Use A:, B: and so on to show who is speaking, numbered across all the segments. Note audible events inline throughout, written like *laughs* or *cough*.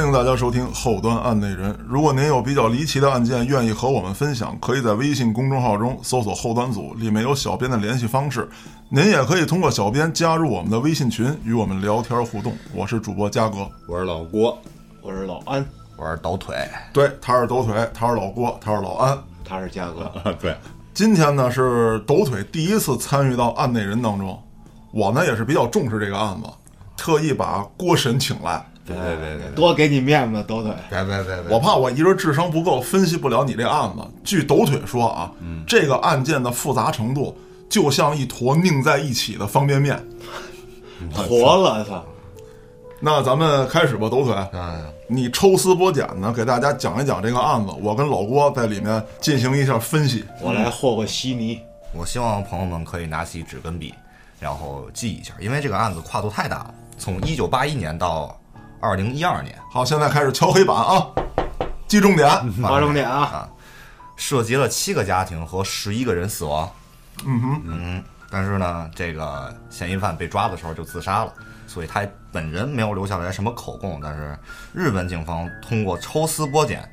A: 迎大家收听《后端案内人》。如果您有比较离奇的案件，愿意和我们分享，可以在微信公众号中搜索“后端组”，里面有小编的联系方式。您也可以通过小编加入我们的微信群，与我们聊天互动。我是主播嘉哥，
B: 我是老郭，
C: 我是老安，
D: 我是抖腿，
A: 对，他是抖腿，他是老郭，他是老安，
C: 他是嘉哥。
B: 啊，对，
A: 今天呢是抖腿第一次参与到案内人当中，我呢也是比较重视这个案子，特意把郭神请来，
D: 别别别别
C: 多给你面子，抖腿。
D: 别别别别，
A: 我怕我一人智商不够，分析不了你这案子。据抖腿说啊，
D: 嗯
A: 这个案件的复杂程度就像一坨拧在一起的方便面。
C: 嗯 *laughs* 活了，操！
A: 那咱们开始吧，抖腿，
D: 嗯，
A: 你抽丝剥茧呢，给大家讲一讲这个案子。我跟老郭在里面进行一下分析。
C: 我来和和稀泥。
D: 我希望朋友们可以拿起纸跟笔，然后记一下，因为这个案子跨度太大了，从一九八一年到二零一二年，
A: 好，现在开始敲黑板啊，记重
D: *laughs*
A: 点。
C: 划重点啊！
D: 涉及了七个家庭和十一个人死亡。
A: 嗯哼，
D: 但是呢，这个嫌疑犯被抓的时候就自杀了，所以他本人没有留下来什么口供。但是日本警方通过抽丝剥茧，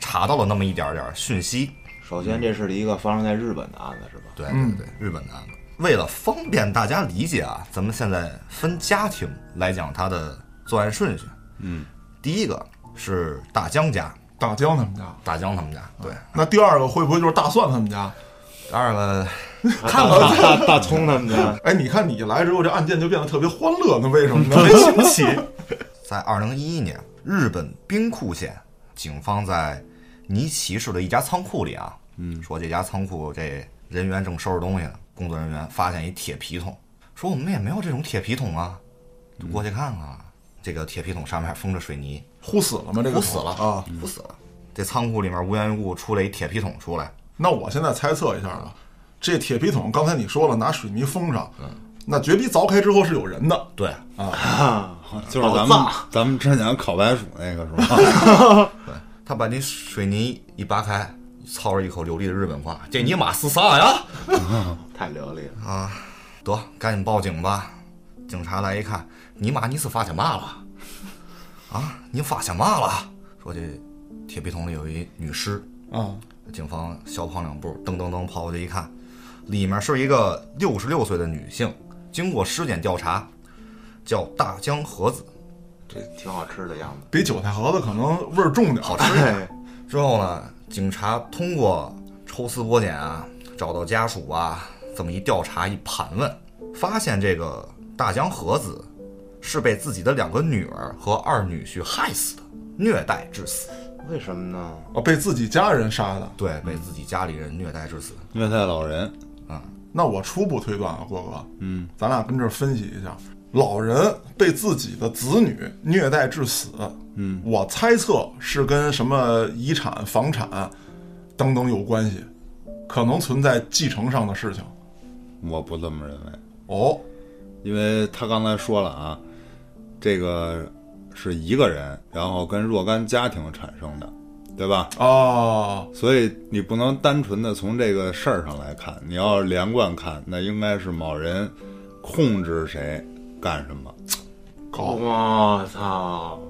D: 查到了那么一点点讯息。
C: 首先，这是一个发生在日本的案子，是吧？
D: 对对对，日本的案子。为了方便大家理解啊，咱们现在分家庭来讲他的作案顺序。嗯，第一个是大江家，
A: 大江他们家。
D: 大江他们家。对，
A: 那第二个会不会就是大蒜他们家？
D: 第二个
C: *laughs* 看大大大大葱他们家， *laughs*
A: 哎，你看你来之后，这案件就变得特别欢乐，那为什么呢？
D: 很新奇。在二零一一年，日本兵库县警方在尼崎市的一家仓库里啊，嗯，说这家仓库这人员正收拾东西呢，工作人员发现一铁皮桶，说我们也没有这种铁皮桶啊，就过去看看啊。这个铁皮桶上面还封着水泥，
A: *laughs* 呼死了吗？这个
D: 捂死了嗯
A: 啊！！
D: 捂死了。这仓库里面无缘无故出来一铁皮桶出来，
A: 那我现在猜测一下啊，这铁皮桶刚才你说了拿水泥封上，那绝逼凿开之后是有人的。
D: 对，
B: 就是咱们咱们之前烤白薯那个是吧？ *laughs*
D: 他把那水泥一扒开，操着一口流利的日本话：“这尼玛是啥呀？”
C: 太流利了。
D: 得，赶紧报警吧！警察来一看，尼玛，你是发现嘛了？啊，你发现嘛了？说这铁皮桶里有一女尸，
A: 啊，
D: 警方小跑两步，噔噔噔跑过去一看，里面是一个六十六岁的女性，经过尸检调查，叫大江和子。
C: 这挺好吃的样子。
A: 比韭菜盒子可能味儿重点。好吃，
C: 对，
D: 之后呢，警察通过抽丝剥茧啊，找到家属啊，这么一调查一盘问，发现这个大江和子是被自己的两个女儿和二女婿害死的，虐待致死。
C: 为什么呢？
A: 啊，被自己家人杀的。
D: 对，被自己家里人虐待致死。
B: 虐待老人，
A: 那我初步推断啊，郭哥，嗯，咱俩跟这儿分析一下，老人被自己的子女虐待致死，嗯，我猜测是跟什么遗产、房产等等有关系，可能存在继承上的事情。
B: 我不这么认为，
A: 哦，
B: 因为他刚才说了啊，这个是一个人，然后跟若干家庭产生的，对吧？
A: 啊，
B: 所以你不能单纯的从这个事儿上来看，你要是连贯看，那应该是某人控制谁干什么。
C: 哦
A: 搞，
C: 我操！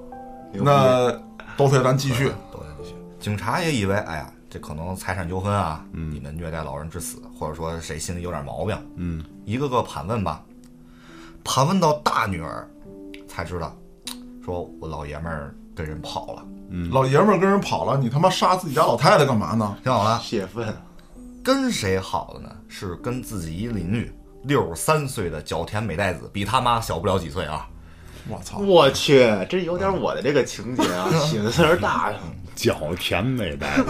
C: 牛逼
A: 那都腿咱继续。 *laughs*
D: 都在继续。警察也以为，哎呀，这可能财产纠纷啊，你们虐待老人致死，或者说谁心里有点毛病，
B: 嗯，
D: 一个个盘问吧，盘问到大女儿，才知道，说我老爷们儿跟人跑了，
A: 老爷们儿跟人跑了，你他妈杀自己家老太太干嘛呢？
D: 听好了，
C: 泄愤，
D: 跟谁好的呢？是跟自己一邻居六十三岁的角田美代子，比他妈小不了几岁啊。
A: 我操！
C: 我去，这有点我的这个情节 *laughs* 啊，写的有点大啊呀。
B: 脚甜美带子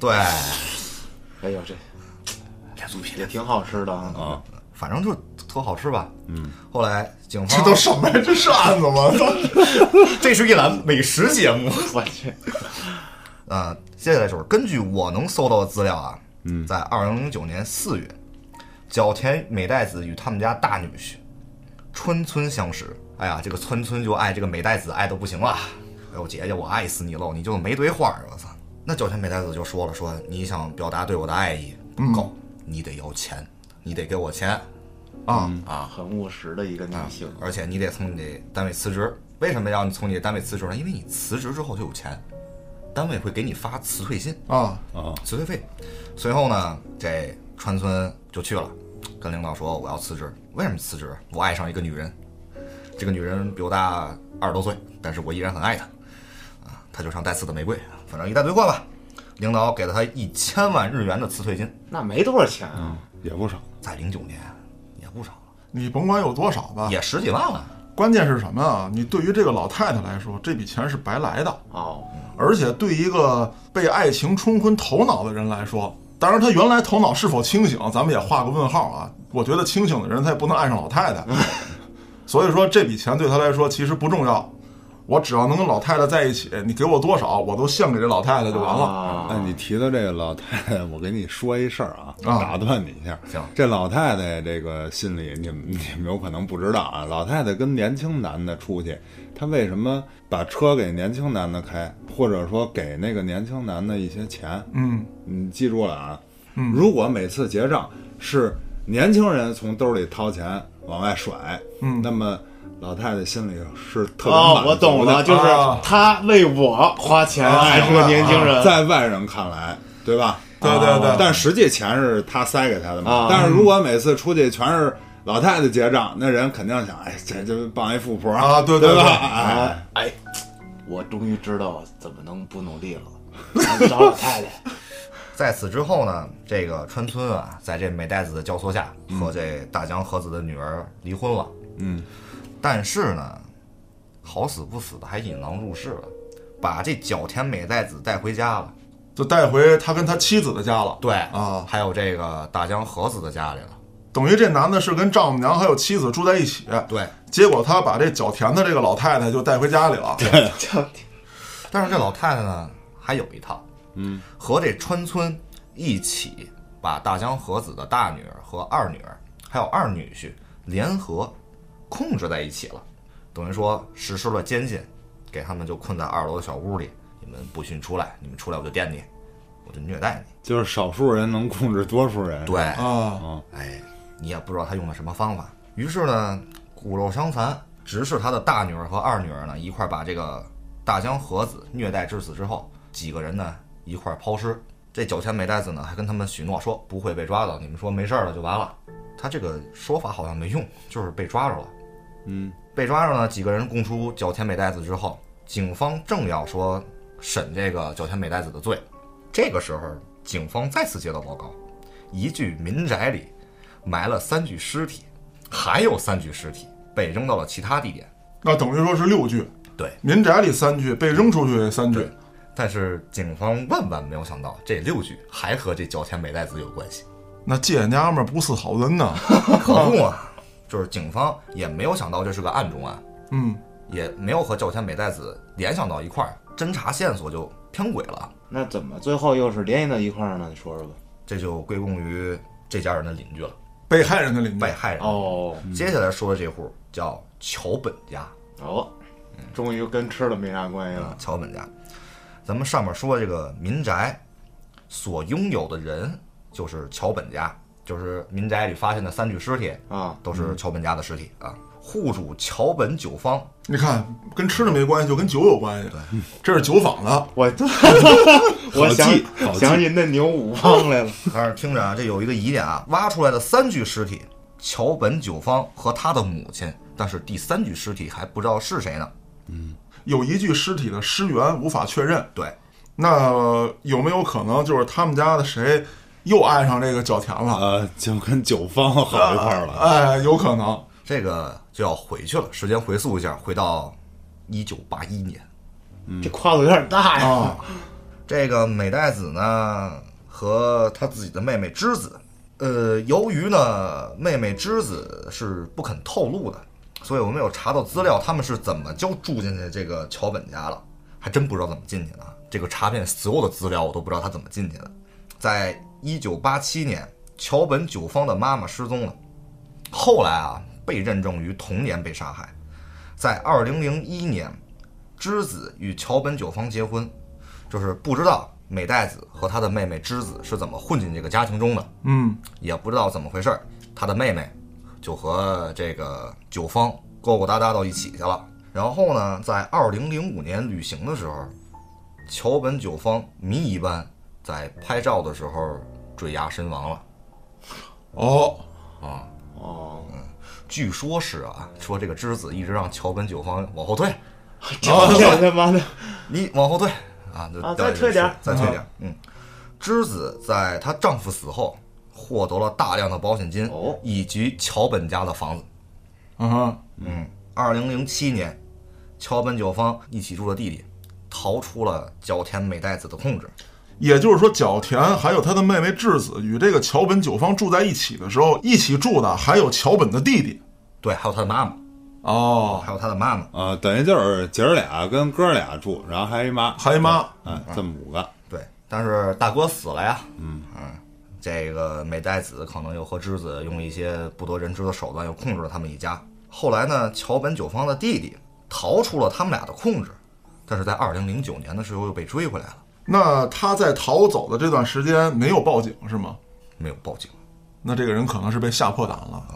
D: 对，
C: 哎呦，这
D: 脸酥皮
C: 也挺好吃的啊！
B: 啊， *laughs*
D: 反正就特好吃吧。嗯，后来警
A: 这
D: 方
A: 都什么呀？这是案子吗？ *laughs* 嗯
D: 这是一栏美食节目。
C: 我去，
D: 呃，接下来就是根据我能搜到的资料啊，嗯，在二零零九年四月，角田美代子与他们家大女婿川村相识。哎呀，这个川村就爱这个美代子，爱的不行了。哎呦，姐姐，我爱死你喽！你就没堆话儿，我操！那角田美代子就说了，说你想表达对我的爱意
A: 嗯
D: 不够，你得要钱，你得给我钱，
A: 啊，
C: 嗯很务实的一个女性，
D: 而且你得从你这单位辞职。为什么要你从你的单位辞职呢？因为你辞职之后就有钱，单位会给你发辞退信、
A: 啊，
B: 啊，
D: 辞退费。随后呢，这川村就去了，跟领导说我要辞职。为什么辞职？我爱上一个女人，这个女人比我大二十多岁，但是我依然很爱她。啊，她就上带刺的玫瑰，反正一大堆货吧。领导给了她一千万日元的辞退金，
C: 那没多少钱啊，
B: 也不少，
D: 在零九年也不少了，
A: 你甭管有多少吧，
D: 也十几万了。
A: 关键是什么啊？你对于这个老太太来说，这笔钱是白来的，
C: 哦，
A: 而且对一个被爱情冲昏头脑的人来说，当然他原来头脑是否清醒，咱们也画个问号啊。我觉得清醒的人他也不能爱上老太太，
C: 嗯
A: 所以说这笔钱对他来说其实不重要。我只要能跟老太太在一起，你给我多少，我都献给这老太太就完了。
C: 啊
B: 哎，你提到这个老太太， *laughs* 我给你说一事儿啊，
A: 啊
B: 打断你一下。
D: 行
B: 这老太太这个心里，你们你们有可能不知道啊。老太太跟年轻男的出去，她为什么把车给年轻男的开，或者说给那个年轻男的一些钱？
A: 嗯，
B: 你记住了啊。如果每次结账是年轻人从兜里掏钱往外甩，
A: 嗯
B: 那么老太太心里是特别满
C: 哦，
B: 足
C: 我懂
B: 的啊
C: 了，就是
A: 啊
C: 他为我花钱爱上了年轻人，
B: 在外人看来，对吧？啊
A: 对对嗯对
B: 但实际钱是他塞给他的嘛
C: 啊。
B: 但是如果每次出去全是老太太结账，那人肯定想，哎，这这帮一富婆
A: 啊对对
B: 对吧？
A: 对
B: 哎，
C: 哎哎，我终于知道怎么能不努力了，我找老太太。
B: *laughs*
D: 在此之后呢，这个川村啊，在这美代子的教唆下，和这大江和子的女儿离婚了。
B: 嗯，
D: 但是呢，好死不死的还引狼入室了，把这角田美代子带回家了。
A: 就带回他跟他妻子的家了。
D: 对
A: 啊
D: 还有这个大江和子的家里了。
A: 等于这男的是跟丈母娘还有妻子住在一起，
D: 对，
A: 结果他把这脚田的这个老太太就带回家里了。
D: 但是这老太太呢，还有一套，嗯，和这川村一起把大江和子的大女儿和二女儿，还有二女婿联合控制在一起了，等于说实施了监禁，给他们就困在二楼的小屋里，你们不许出来，你们出来我就电你，我就虐待你。
B: 就是少数人能控制多数人。
D: 对，
A: 啊，
D: 哎，你也不知道他用的什么方法。于是呢，骨肉相残，直视他的大女儿和二女儿呢一块儿把这个大江和子虐待致死之后，几个人呢一块儿抛尸。这九千美代子呢还跟他们许诺说不会被抓到，你们说没事儿了就完了。他这个说法好像没用，就是被抓着了。
B: 嗯，
D: 被抓着呢，几个人供出九千美代子之后，警方正要说审这个九千美代子的罪，这个时候警方再次接到报告，一具民宅里埋了三具尸体，还有三具尸体被扔到了其他地点。
A: 那等于说是六具，
D: 对，
A: 民宅里三具，被扔出去三具
D: 对。但是警方万万没有想到，这六具还和这角田美代子有关系，
A: 那这娘们儿不是好人呐！
D: *laughs* 可恶啊！就是警方也没有想到这是个暗中案，
A: 嗯，
D: 也没有和角田美代子联想到一块儿，侦查线索就偏轨了。
C: 那怎么最后又是联系到一块儿呢？你说说吧。
D: 这就归功于这家人的邻居了，
A: 被害人的邻居
D: 被害人。
C: 哦
D: 接下来说的这户叫桥本家，
C: 哦，终于跟吃的没啥关系
D: 啊
C: 了，。
D: 桥本家。咱们上面说这个民宅所拥有的人就是桥本家，就是民宅里发现的三具尸体
C: 啊，
D: 都是桥本家的尸体啊。户主桥本久方，
A: 你看跟吃的没关系，就跟酒有关系。这是酒坊的，
C: 我我想
B: 记 *laughs* 好记
C: 想起那牛五方来了。
D: 但是听着啊，这有一个疑点啊，挖出来的三具尸体，桥本久方和他的母亲，但是第三具尸体还不知道是谁呢。
A: 有一具尸体的尸源无法确认。
D: 对，
A: 那有没有可能就是他们家的谁又爱上这个角田了？
B: 呃，就跟九方好一块儿了。
A: 哎，有可能。
D: 这个就要回去了，时间回溯一下，回到一九八一年。
B: 嗯
C: 这跨度有点大呀。
A: 啊，
D: 这个美代子呢和她自己的妹妹之子，呃，由于呢妹妹之子是不肯透露的，所以我们有查到资料，他们是怎么就住进去这个桥本家了，还真不知道怎么进去的啊。这个查遍所有的资料，我都不知道他怎么进去的。在一九八七年，桥本久方的妈妈失踪了，后来啊被认证于同年被杀害。在二零零一年，之子与桥本久方结婚，就是不知道美代子和她的妹妹之子是怎么混进这个家庭中的，
A: 嗯，
D: 也不知道怎么回事儿。她的妹妹就和这个久方勾勾搭搭到一起去了，然后呢，在二零零五年旅行的时候，桥本九方谜一般在拍照的时候坠崖身亡了。
A: 哦，
B: 哦，
D: 据说是啊，说这个之子一直让桥本九方往后退，
B: 这他妈的，
D: 你往后退啊，就
C: 啊
D: 掉
C: 再退点儿啊
D: 再退点儿。嗯，之子在她丈夫死后获得了大量的保险金
C: 哦
D: 以及桥本家的房子。
A: 嗯哼，
D: 二零零七年，桥本九方一起住的弟弟逃出了角田美代子的控制。
A: 也就是说，角田还有他的妹妹智子与这个桥本九方住在一起的时候，一起住的还有桥本的弟弟。
D: 对，还有他的妈妈，
A: 哦，
D: 还有他的妈妈。
B: 啊，等于就是姐儿俩跟哥儿俩住，然后还一妈，
A: 还妈，嗯啊
B: 哎，这么五个，
D: 对，但是大哥死了呀。嗯这个美代子可能又和之子用一些不得人知的手段，又控制了他们一家。后来呢，桥本九方的弟弟逃出了他们俩的控制，但是在二零零九年的时候又被追回来了，
A: 那他在逃走的这段时间没有报警是吗？
D: 没有报警，
A: 那这个人可能是被吓破胆了。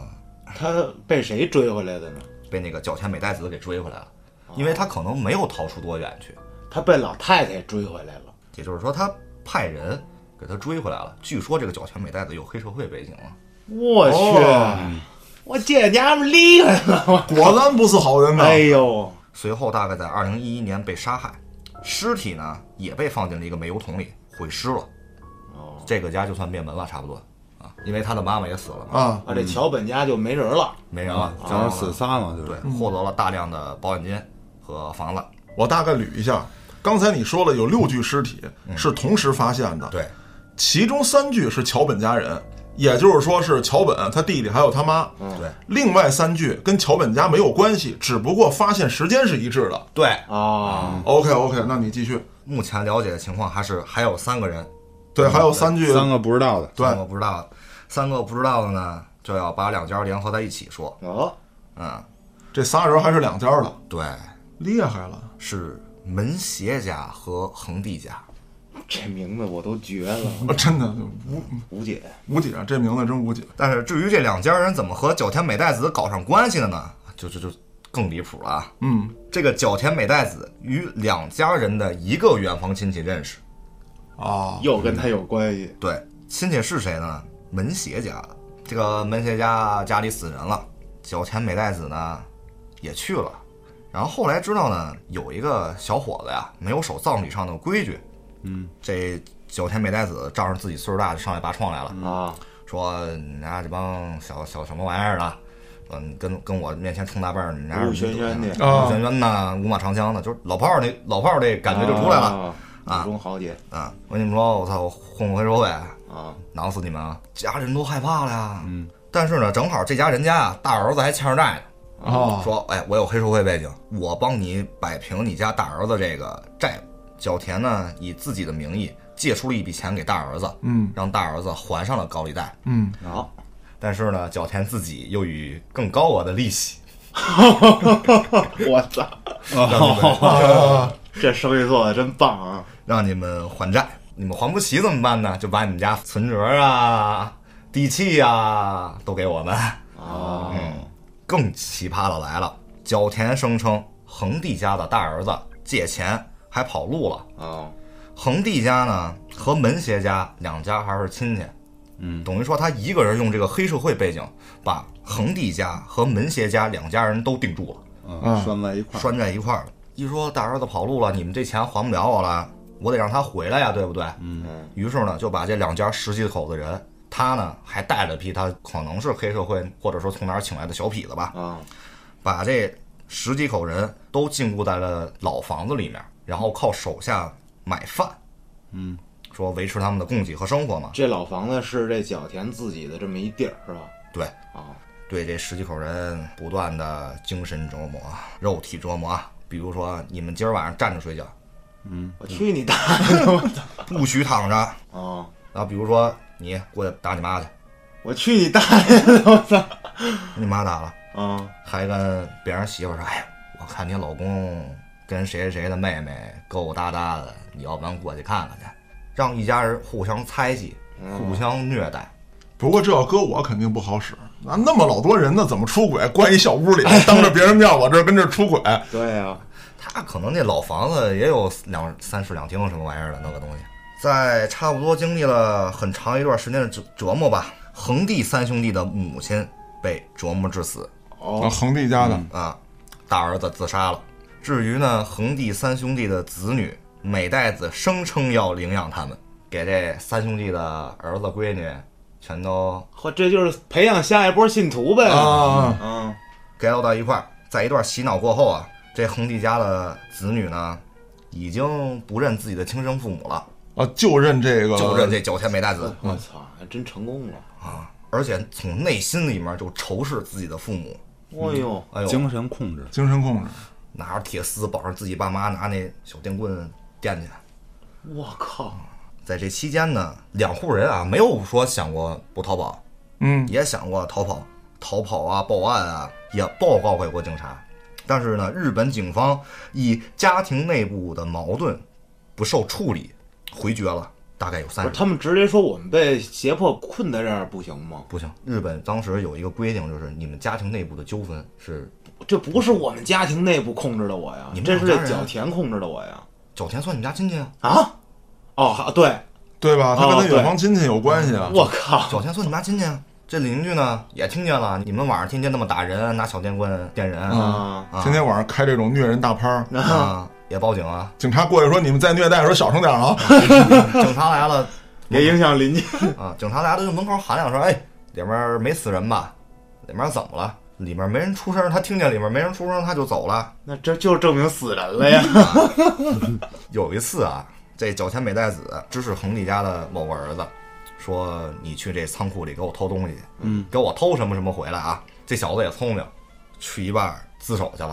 C: 他被谁追回来的呢？
D: 被那个角田美代子给追回来了，因为他可能没有逃出多远去。
C: 他被老太太追回来了。
D: 也就是说，他派人给他追回来了。据说这个角田美代子有黑社会背景啊，
C: 我去，哦我这娘们厉害了！我
A: 果然不是好人呐！
C: *laughs* 哎呦，
D: 随后大概在二零一一年被杀害，尸体呢也被放进了一个煤油桶里毁尸了。
C: 哦，
D: 这个家就算灭门了，差不多啊，因为他的妈妈也死了嘛，
A: 啊，
C: 啊，这桥本家就没人了。
D: 没人了，
B: 正好死仨嘛，就是
D: 对，获得了大量的保险金和房子。
A: 我大概捋一下，刚才你说了有六具尸体是同时发现的，
D: 对，
A: 其中三具是桥本家人，也就是说是桥本他弟弟还有他妈。
D: 对，
A: 另外三具跟桥本家没有关系，只不过发现时间是一致的。
D: 对，
C: 哦，
A: OK OK，那你继续。
D: 目前了解的情况还是还有三个人，
A: 对，还有三具，
B: 三个不知道的，
A: 对
D: 三个不知道的，三个不知道的呢，就要把两家联合在一起说，
C: 哦，
D: 嗯，
A: 这仨人还是两家的，
D: 对，
A: 厉害了。
D: *laughs* 是门胁家和恒地家。
C: 这名字我都绝了， *laughs*
A: 啊，真的无
C: 吴姐。
A: 无解，这名字真无解。
D: 但是至于这两家人怎么和角田美代子搞上关系的呢？就就就更离谱了啊！
A: 嗯，
D: 这个角田美代子与两家人的一个远房亲戚认识，
A: 啊，
C: 又跟他有关系。
D: 对，亲戚是谁呢？门胁家的。这个门胁家家里死人了，角田美代子呢也去了。然后后来知道呢，有一个小伙子呀，没有守葬礼上的规矩，嗯，这角田美代子仗着自己岁数大，就上来拔创来了，
C: 啊，
D: 说你家这帮小小什么玩意儿的，嗯，跟跟我面前冲大辈儿，你们家
C: 武轩轩的
D: 武武轩轩呐，五马长枪的，就是老炮儿那老炮儿这感觉就出来了
C: 啊，武中豪杰
D: 啊！我跟你们说，我操，我混不回收呗，
C: 啊，
D: 囊死你们啊！家人都害怕了呀。嗯，但是呢，正好这家人家啊，大儿子还欠着债呢，
A: 啊，
D: 说，哎，我有黑社会背景，我帮你摆平你家大儿子这个债务。角田呢，以自己的名义借出了一笔钱给大儿子，
A: 嗯
D: 让大儿子还上了高利贷。
A: 嗯，
C: 好，
D: 但是呢，角田自己又以更高额的利息，
C: *laughs* 我操，这生意做的真棒啊！
D: *laughs* 让你们还债。你们还不起怎么办呢？就把你们家存折啊、地契啊都给我们。
C: 啊，
D: 更奇葩的来了，角田声称恒地家的大儿子借钱还跑路了。
C: 啊，
D: 恒地家呢和门胁家两家还是亲戚，嗯，等于说他一个人用这个黑社会背景把恒地家和门胁家两家人都定住了。
B: 嗯，拴在一块儿，
D: 拴在一块儿了。一说大儿子跑路了，你们这钱还不了我了，我得让他回来呀，对不对？嗯。于是呢，就把这两家十几口子人，他呢还带了批他可能是黑社会或者说从哪儿请来的小痞子吧，
C: 啊，
D: 把这十几口人都禁锢在了老房子里面，然后靠手下买饭，嗯，说维持他们的供给和生活嘛。
C: 这老房子是这角田自己的这么一地儿是吧？
D: 对，
C: 啊，
D: 对这十几口人不断的精神折磨、肉体折磨，啊比如说你们今儿晚上站着睡觉，
C: 我去你大爷！我操
D: 不许躺着。
C: *laughs* 啊，
D: 啊，比如说你过去打你妈去，
C: 我去你大爷！我操！
D: 你妈打了，
C: 啊，
D: 还跟别人媳妇说，哎，我看你老公跟谁谁谁的妹妹勾勾搭搭的，你要不然过去看看去，让一家人互相猜忌，互相虐待，
A: 不过这要搁我肯定不好使，那那么老多人呢，怎么出轨？关一小屋里，当着别人面我这儿跟这儿出轨，啊
C: 对啊呀、
D: 他可能那老房子也有两三室两厅什么玩意儿的那个东西。在差不多经历了很长一段时间的折折磨吧，恒地三兄弟的母亲被折磨致死
A: 啊，恒弟家的，
D: 啊，大儿子自杀了。至于呢，恒地三兄弟的子女美代子声称要领养他们，给这三兄弟的儿子闺女全都
C: 嚯，这就是培养下一波信徒呗。
A: 啊
C: 嗯，
D: 该到到一块儿，在一段洗脑过后啊，这恒地家的子女呢，已经不认自己的亲生父母了，
A: 啊，就认这个，
D: 就认这九天美代子，
C: 嗯我操，还真成功了。
D: 而且从内心里面就仇视自己的父母。
C: 哎呦，
D: 哎呦，
B: 精神控制，
A: 精神控制。
D: 拿着铁丝保着自己爸妈，拿那小电棍电去。
C: 我靠，
D: 在这期间呢，两户人啊，没有说想过不逃跑，
A: 嗯，
D: 也想过逃跑，逃跑啊，报案啊，也报告给过警察。但是呢，日本警方以家庭内部的矛盾不受处理，回绝了，大概有
C: 不
D: 三
C: 是
D: 十。
C: 他们直接说我们被胁迫困在这儿不行吗？
D: 不行，日本当时有一个规定，就是你们家庭内部的纠纷是
C: 这不是我们家庭内部控制的我呀
D: 你，们
C: 这
D: 老家
C: 是
D: 人
C: 角田控制的我呀。
D: 角田算你们家亲戚啊，
C: 啊？哦，好对，
A: 对吧？他跟他
C: 哦对
A: 远房亲戚有关系啊。
C: 我靠，
D: 角田算你们家亲戚啊。这邻居呢也听见了，你们晚上天天那么打人，拿小电棍电人啊
C: 啊，
A: 天天晚上开这种虐人大拍儿，
D: 啊，也报警啊。
A: 警察过去说你们再虐待的时候小声点儿啊。
D: *laughs* 警察来了，
C: 也影响邻居。
D: 啊，警察来了就门口喊两声，哎，里面没死人吧？里面怎么了？里面没人出声，他听见里面没人出声，他就走了。
C: *laughs* 那这就证明死人了呀。 *laughs*
D: 有一次啊，这角田美代子指使恒利家的某个儿子，说你去这仓库里给我偷东西，嗯，给我偷什么什么回来啊？这小子也聪明，去一半儿自首去了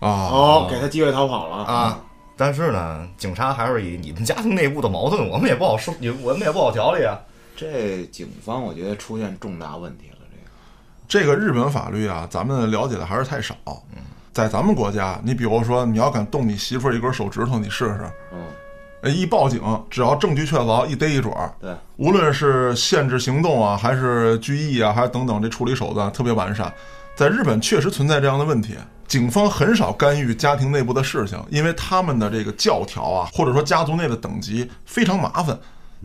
A: 啊，
C: 哦，给他机会逃跑了。
D: 啊。但是呢，警察还是以你们家庭内部的矛盾，我们也不好说，你我们也不好调理啊。
C: 这警方我觉得出现重大问题了，这个
A: 这个日本法律啊，咱们了解的还是太少。在咱们国家，你比如说你要敢动你媳妇儿一根手指头，你试试，
C: 嗯，
A: 呃一报警，只要证据确凿，一逮一准儿。
C: 对，
A: 无论是限制行动啊，还是拘役啊，还是等等这处理手段特别完善。在日本确实存在这样的问题，警方很少干预家庭内部的事情，因为他们的这个教条啊，或者说家族内的等级非常麻烦。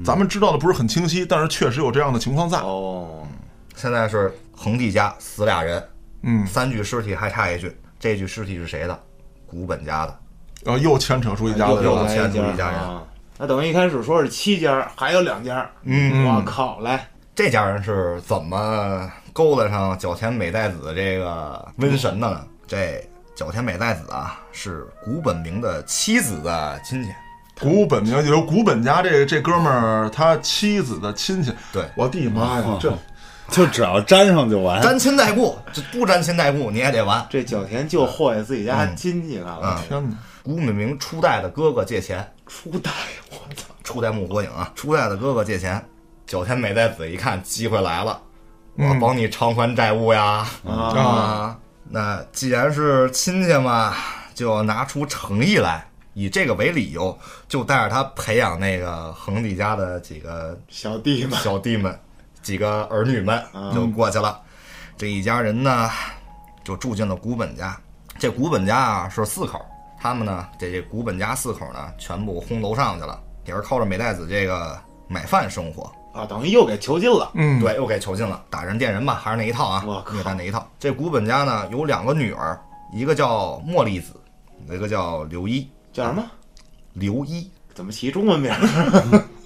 A: 咱们知道的不是很清晰，但是确实有这样的情况在。
C: 哦，
D: 现在是恒地家死俩人，
A: 嗯，
D: 三具尸体还差一具，这具尸体是谁的？古本家的。
A: 然后呃又牵扯出一家子
C: 又
A: 人
D: 有
A: 来
C: 又。来
D: 牵出一家人
C: 啊。那等于一开始说是七家，还有两家。嗯，我靠，来，
D: 这家人是怎么勾搭上角田美代子这个瘟神的呢？这角田美代子啊，是古本明的妻子的亲戚。
A: 古本名就是古本家这这哥们儿他妻子的亲戚。
D: 对
A: 我的妈呀，这
B: 就只要沾上就完。
D: 沾亲带故，这不沾亲带故你也得完。
C: 这角田就祸害自己家亲戚看了，
A: 天哪！
D: 古本明初代的哥哥借钱，
C: 初代，我操，
D: 初代木国影啊，初代的哥哥借钱，角田美代子一看机会来了，我帮你偿还债务呀。
A: 啊，
D: 啊，那既然是亲戚嘛，就要拿出诚意来，以这个为理由，就带着他培养那个恒地家的几个
C: 小弟
D: *laughs*
C: 们，
D: 小弟们、几个儿女们就过去了。这一家人呢，就住进了古本家。这古本家啊是四口，他们呢，这这古本家四口呢，全部轰楼上去了，也是靠着美代子这个买饭生活。
C: 啊，等于又给囚禁了。
A: 嗯，
D: 对，又给囚禁了，打人电人吧，还是那一套啊
C: 我，靠
D: 虐待那一套。这古本家呢有两个女儿，一个叫茉莉子，一个叫刘一。
C: 叫什么？
D: 刘一，
C: 怎么起中文名？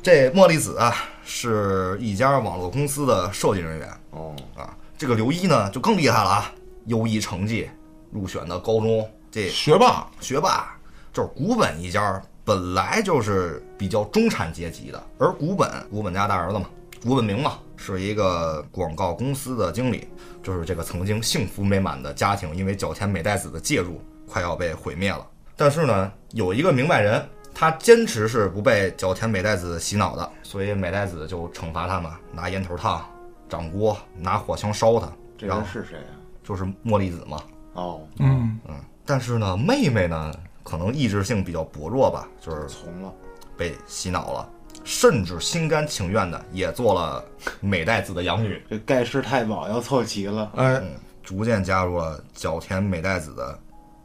D: 这茉莉子啊是一家网络公司的设计人员
C: 哦，
D: 啊。这个刘一呢就更厉害了啊，优异成绩入选的高中，这
A: 学霸，
D: 学霸，就是古本一家本来就是比较中产阶级的，而古本古本家大儿子嘛，古本明嘛，是一个广告公司的经理，就是这个曾经幸福美满的家庭，因为角田美代子的介入，快要被毁灭了。但是呢，有一个明白人，他坚持是不被角田美代子洗脑的，所以美代子就惩罚他们，拿烟头烫、掌锅、拿火枪烧他，
C: 这
D: 然
C: 人
D: 后
C: 是谁啊？
D: 就是茉莉子嘛，
C: 哦，
A: 嗯，
D: 但是呢，妹妹呢，可能意志性比较薄弱吧，就是
C: 从了，
D: 被洗脑了，甚至心甘情愿的也做了美代子的养 *laughs* 女，
C: 这盖世太保要凑齐了，
A: 哎，
D: 逐渐加入了角田美代子的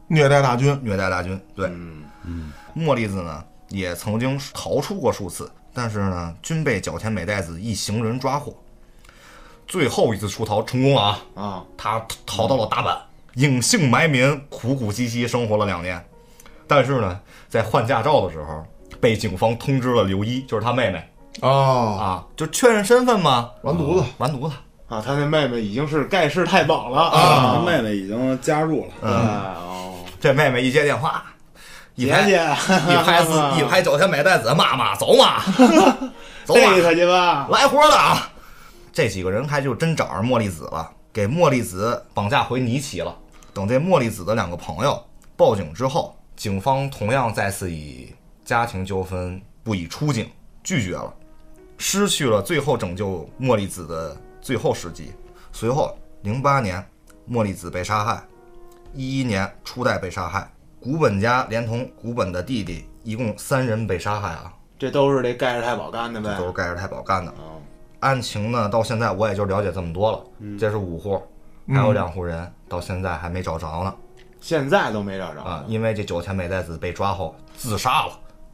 A: 虐待大军，
D: 虐待大军。对，嗯嗯，茉莉子呢也曾经逃出过数次，但是呢均被角田美代子一行人抓获。最后一次出逃成功了啊！
C: 啊，
D: 他逃到了大阪，隐姓埋名，苦苦兮兮生活了两年。但是呢，在换驾照的时候，被警方通知了刘一，就是他妹妹
A: 哦，
D: 啊，就确认身份嘛，
A: 完犊子，
D: 完犊子。
C: 啊，他那妹妹已经是盖世太保了
B: 啊，
C: 啊，
B: 妹妹已经加入了，
C: 哎哦，
D: 这妹妹一接电话，一
C: 姐
D: 拍
C: 姐，
D: 一拍四一拍九千美袋子，骂骂走嘛，
C: *laughs*
D: 走啊
C: 逮
D: 嘛，
C: 他去吧，
D: 来活的啊！这几个人还就真找着茉莉子了，给茉莉子绑架回尼奇了。等这茉莉子的两个朋友报警之后，警方同样再次以家庭纠纷不以出警拒绝了，失去了最后拯救茉莉子的最后时机。随后，零八年茉莉子被杀害，一一年初代被杀害，古本家连同古本的弟弟，一共三人被杀害啊，
C: 这都是这盖世太保干的呗，
D: 都是盖世太保干的。
C: 啊
D: 案情呢，到现在我也就了解这么多了。这是五户，还有两户人到现在还没找着呢
C: 现在都没找着
D: 啊
C: 呢，
D: 因为这九千美代子被抓后自杀了。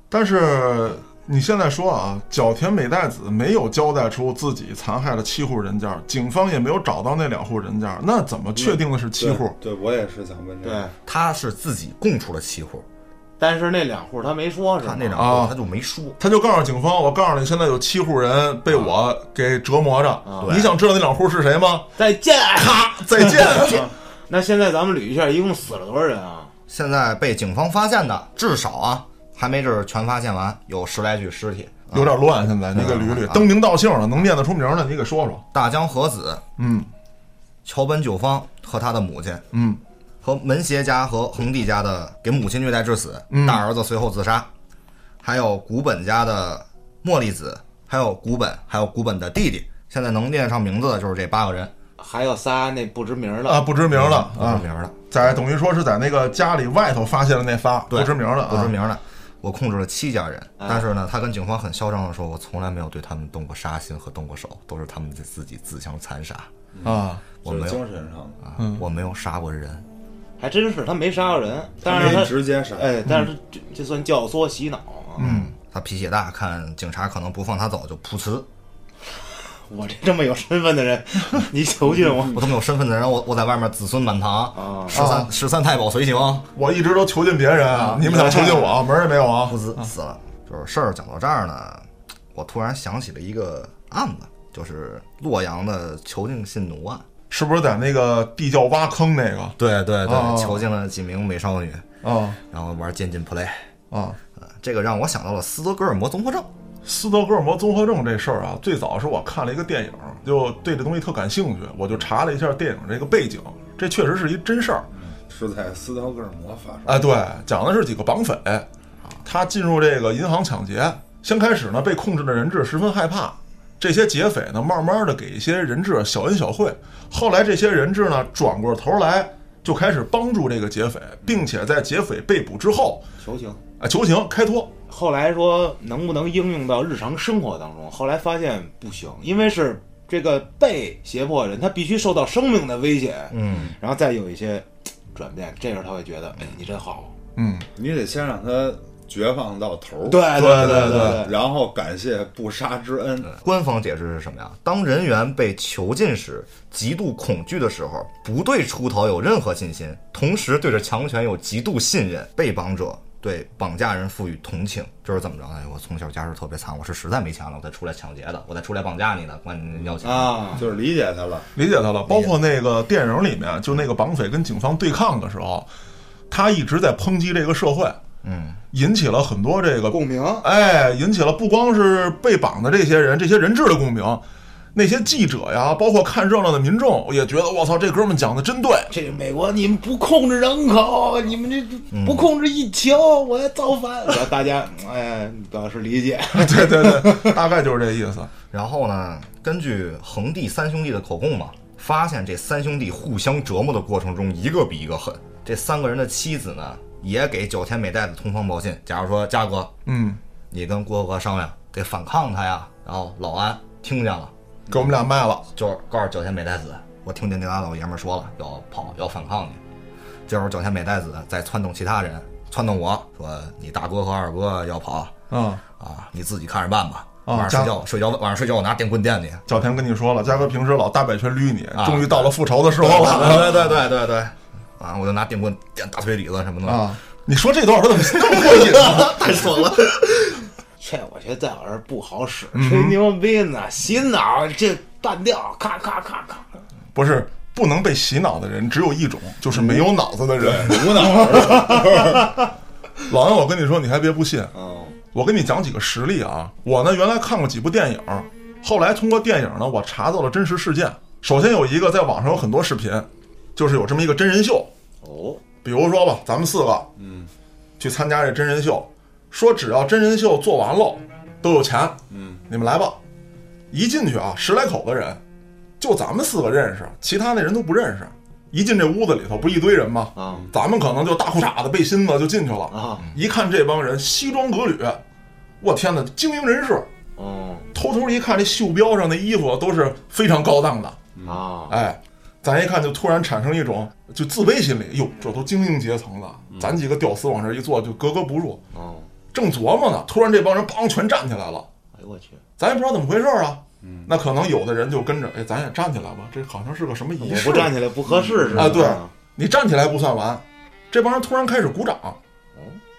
A: 但是你现在说啊，角田美代子没有交代出自己残害了七户人家，警方也没有找到那两户人家，那怎么确定的是七户？
B: 对，对我也是想问这
C: 对
B: 个，，
D: 他是自己供出了七户，
C: 但是那两户他没说是
D: 他
C: 吗？
D: 那两
A: 啊
D: 户他就没说。
A: 他就告诉警方，我告诉你，现在有七户人被我给折磨着，你想知道那两户是谁吗？
C: 再见。
A: 咔，再见。
C: 啊那现在咱们捋一下，一共死了多少人啊？
D: 现在被警方发现的，至少啊，还没准全发现完，有十来具尸体。
A: 有点乱，现在你给捋捋，登名道姓的，能念得出名的，你给说说。
D: 大江和子、
A: 嗯
D: 桥本久方和他的母亲，
A: 嗯，
D: 和门胁家和横地家的给母亲虐待致死，
A: 嗯
D: 大儿子随后自杀，还有古本家的茉莉子，还有古本，还有古本的弟弟。现在能念上名字的就是这八个人，嗯
C: 还有仨那不知名的
A: 啊，不知名的
D: 不知
A: 啊，
D: 名的，
A: 在等于说是在那个家里外头发现的那仨
D: 对
A: 不知名的啊，
D: 不知名的。我控制了七家人，但是呢，他跟警方很嚣张的说，我从来没有对他们动过杀心和动过手，都是他们自己自相残杀。
A: 啊，
D: 我
B: 就
D: 没
B: 是
D: 有
B: 精神上的，
D: 啊，
A: 嗯
D: 我没有杀过人。
C: 还真是他没杀过人，但
B: 没
C: 是他
B: 直接杀，
C: 哎，但是这这算教唆洗脑啊！
A: 嗯，
D: 他脾气大，看警察可能不放他走，就噗呲。
C: 我这这么有身份的人，你囚禁我，
D: 我这么有身份的人，我我在外面子孙满
C: 啊
D: 堂，十三十三太保随行。
A: 我一直都囚禁别人，啊、你们想囚禁
D: *laughs*
A: 我，门儿也没有啊
D: 不。兹死了。就是事儿讲到这儿呢，我突然想起了一个案子，就是洛阳的囚禁信奴案。
A: 是不是在那个地窖挖坑那个
D: 对对对，
A: 哦
D: 囚禁了几名美少女，
A: 啊
D: 然后玩渐进 play。
A: 啊？
D: 哦呃这个让我想到了斯德哥尔摩综合症。
A: 斯德哥尔摩综合症这事儿啊，最早是我看了一个电影，就对这东西特感兴趣，我就查了一下电影这个背景，这确实是一真事儿。
B: 是在斯德哥尔摩发生的。
A: 哎，对，讲的是几个绑匪，他进入这个银行抢劫。先开始呢，被控制的人质十分害怕，这些劫匪呢，慢慢的给一些人质小恩小惠。后来这些人质呢，转过头来就开始帮助这个劫匪，并且在劫匪被捕之后，
C: 囚禁。
A: 啊，求情开脱。
C: 后来说能不能应用到日常生活当中？后来发现不行，因为是这个被胁迫人，他必须受到生命的威胁，
D: 嗯，
C: 然后再有一些嘖转变，这时候他会觉得，哎，你真好，
A: 嗯，
B: 你得先让他绝望到头儿，
C: 对对
A: 对
C: 对
B: 然后感谢不杀之恩。
D: 官方解释是什么呀？当人员被囚禁时，极度恐惧的时候，不对出逃有任何信心，同时对着强权有极度信任，被绑者。对绑架人赋予同情，就是怎么着？哎，我从小家世特别惨，我是实在没钱了，我才出来抢劫的，我才出来绑架你的，管你要钱。
C: 啊，
B: 就是理解他了，
A: 理解他了。包括那个电影里面，就那个绑匪跟警方对抗的时候，他一直在抨击这个社会，
D: 嗯，
A: 引起了很多这个
C: 共鸣，
A: 哎，引起了不光是被绑的这些人、这些人质的共鸣，那些记者呀，包括看热闹的民众也觉得，我操，这哥们讲的真对。
C: 这美国你们不控制人口，你们这不控制疫情，我要造反。然后嗯大家哎表示理解，
A: 对对对，大概就是这意思。
D: 然后呢，根据恒地三兄弟的口供嘛，发现这三兄弟互相折磨的过程中，一个比一个狠。这三个人的妻子呢，也给九天美代子通风报信。假如说，嘉哥，
A: 嗯，
D: 你跟郭哥商量，得反抗他呀。然后老安听见了，
A: 给我们俩卖了，
D: 就是告诉九天美代子，我听见那俩老爷们儿说了，要跑，要反抗你。这会儿九天美代子在撺动其他人，撺动我说你大哥和二哥要跑
A: 嗯，
D: 啊，你自己看着办吧。
A: 哦
D: 晚上
A: 这
D: 睡
A: 样
D: 觉，睡觉晚上睡觉，我拿电棍电你。
A: 小田跟你说了，嘉哥平时老大摆拳捋你，终于到了复仇的时候了
D: 对对对对对，啊，我就拿电棍电大腿里子什么的。
A: 啊！你说这段我怎么这么过
D: *laughs*
A: 瘾啊？
D: 太爽了！
C: 这我觉得在我这儿不好使，吹牛逼呢，洗脑这半调，咔咔咔咔。
A: 不是，不能被洗脑的人只有一种，就是没有脑子的人。
B: 无脑
A: *laughs*
B: 儿，
A: 老安，我跟你说，你还别不信，啊
C: 嗯，
A: 我跟你讲几个实例啊。我呢原来看过几部电影，后来通过电影呢，我查到了真实事件。首先有一个在网上有很多视频，就是有这么一个真人秀，
C: 哦，
A: 比如说吧，咱们四个，嗯，去参加这真人秀，说只要真人秀做完喽，都有钱，嗯，你们来吧。一进去啊，十来口子人，就咱们四个认识，其他那人都不认识。一进这屋子里头，不是一堆人吗？
C: 啊
A: 咱们可能就大裤衩子、背心子就进去了
C: 啊。
A: 一看这帮人西装革履，我天哪，精英人士。
C: 嗯
A: 偷偷一看，这袖标上的衣服都是非常高档的，
C: 啊，
A: 哎，咱一看就突然产生一种就自卑心理，哟，这都精英阶层了，
C: 嗯
A: 咱几个屌丝往这一坐就格格不入。
C: 哦，
A: 正琢磨呢，突然这帮人梆全站起来了，
C: 哎呦我去，
A: 咱也不知道怎么回事儿啊。
C: 嗯
A: 那可能有的人就跟着，哎，咱也站起来吧，这好像是个什么仪
C: 我
A: 式。
C: 不站起来不合适是吧？
A: 啊，对，你站起来不算完，这帮人突然开始鼓掌。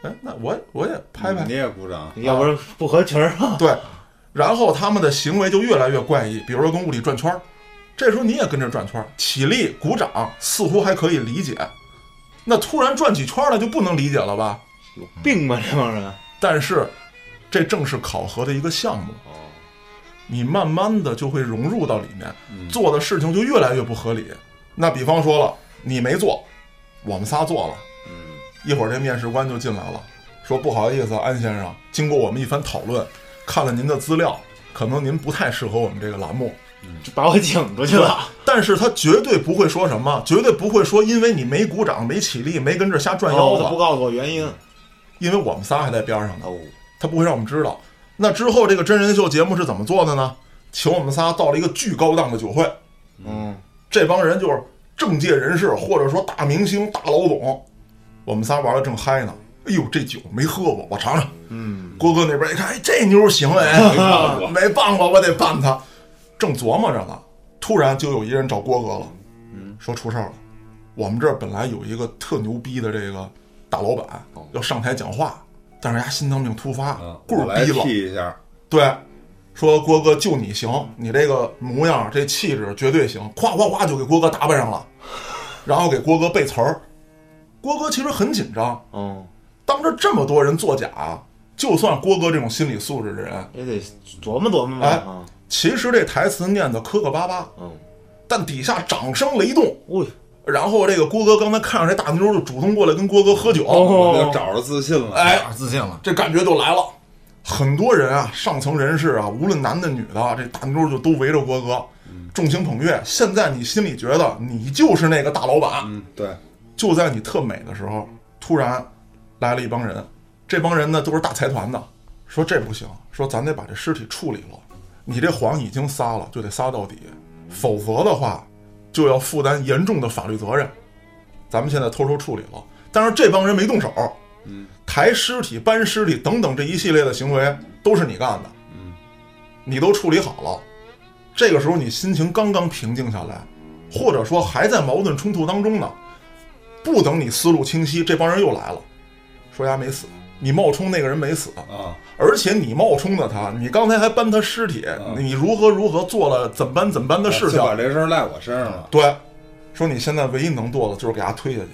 A: 哎，那我也我也拍拍
B: 嗯你，也鼓掌，
C: 要不然不合群儿啊。
A: 对，然后他们的行为就越来越怪异，比如说跟屋里转圈儿，这时候你也跟着转圈儿，起立鼓掌，似乎还可以理解。那突然转起圈儿来就不能理解了吧？
C: 有病吧这帮人？
A: 但是，这正是考核的一个项目，
C: 哦，
A: 你慢慢的就会融入到里面，
C: 嗯
A: 做的事情就越来越不合理。那比方说了，你没做，我们仨做了，
C: 嗯
A: 一会儿这面试官就进来了，说不好意思啊，安先生，经过我们一番讨论，看了您的资料，可能您不太适合我们这个栏目，
C: 就把我请出去 *laughs* 了。
A: 但是他绝对不会说什么，绝对不会说因为你没鼓掌、没起立、没跟这瞎转腰
C: 哦，
A: 子，
C: *laughs* 他不告诉我原因。
A: 因为我们仨还在边上呢，
C: 哦，
A: 他不会让我们知道。那之后这个真人秀节目是怎么做的呢？请我们仨到了一个巨高档的酒会，
C: 嗯，
A: 这帮人就是政界人士或者说大明星、大老总，我们仨玩的正嗨呢。哎呦，这酒没喝过，我尝尝。嗯，郭哥那边一看，哎，这妞儿行
B: *laughs*
A: 为没办过，我得办他。正琢磨着呢，突然就有一人找郭哥了，嗯，说出事儿了。我们这儿本来有一个特牛逼的这个大老板要上台讲话，但是人家心脏病突发
B: 哦啊，
A: 棍
B: 我
A: 儿
B: 来
A: 逼了，
B: 替一下，
A: 对，说郭哥就你行，你这个模样、这气质绝对行，夸夸夸就给郭哥打扮上了，然后给郭哥背词儿。郭哥其实很紧张，
C: 哦，
A: 当着这么多人作假，就算郭哥这种心理素质的人，
C: 也得琢磨琢磨吧。
A: 哎
C: 啊，
A: 其实这台词念的磕磕巴巴，
C: 嗯，
A: 但底下掌声雷动。
C: 喂，
A: 然后这个郭哥刚才看上这大妞，就主动过来跟郭哥喝酒，
B: 我就
C: 哦，
B: 找着自信了。
A: 哎，
D: 啊，自信了，
A: 这感觉就来了。很多人啊，上层人士啊，无论男的女的啊，这大妞就都围着郭哥，众星捧月。现在你心里觉得你就是那个大老板，
B: 嗯，对，
A: 就在你特美的时候，突然来了一帮人，这帮人呢都是大财团的，说这不行，说咱得把这尸体处理了，你这谎已经撒了，就得撒到底，否则的话就要负担严重的法律责任。咱们现在偷偷处理了，但是这帮人没动手，嗯，抬尸体、搬尸体等等这一系列的行为都是你干的，嗯，你都处理好了，这个时候你心情刚刚平静下来，或者说还在矛盾冲突当中呢，不等你思路清晰，这帮人又来了，说丫没死，你冒充那个人没死，
B: 啊，
A: 而且你冒充的他，你刚才还搬他尸体，你如何如何做了怎般怎般的事情
B: 就，把这啊事儿赖我身上了。
A: 对，说你现在唯一能做的就是给他推下去，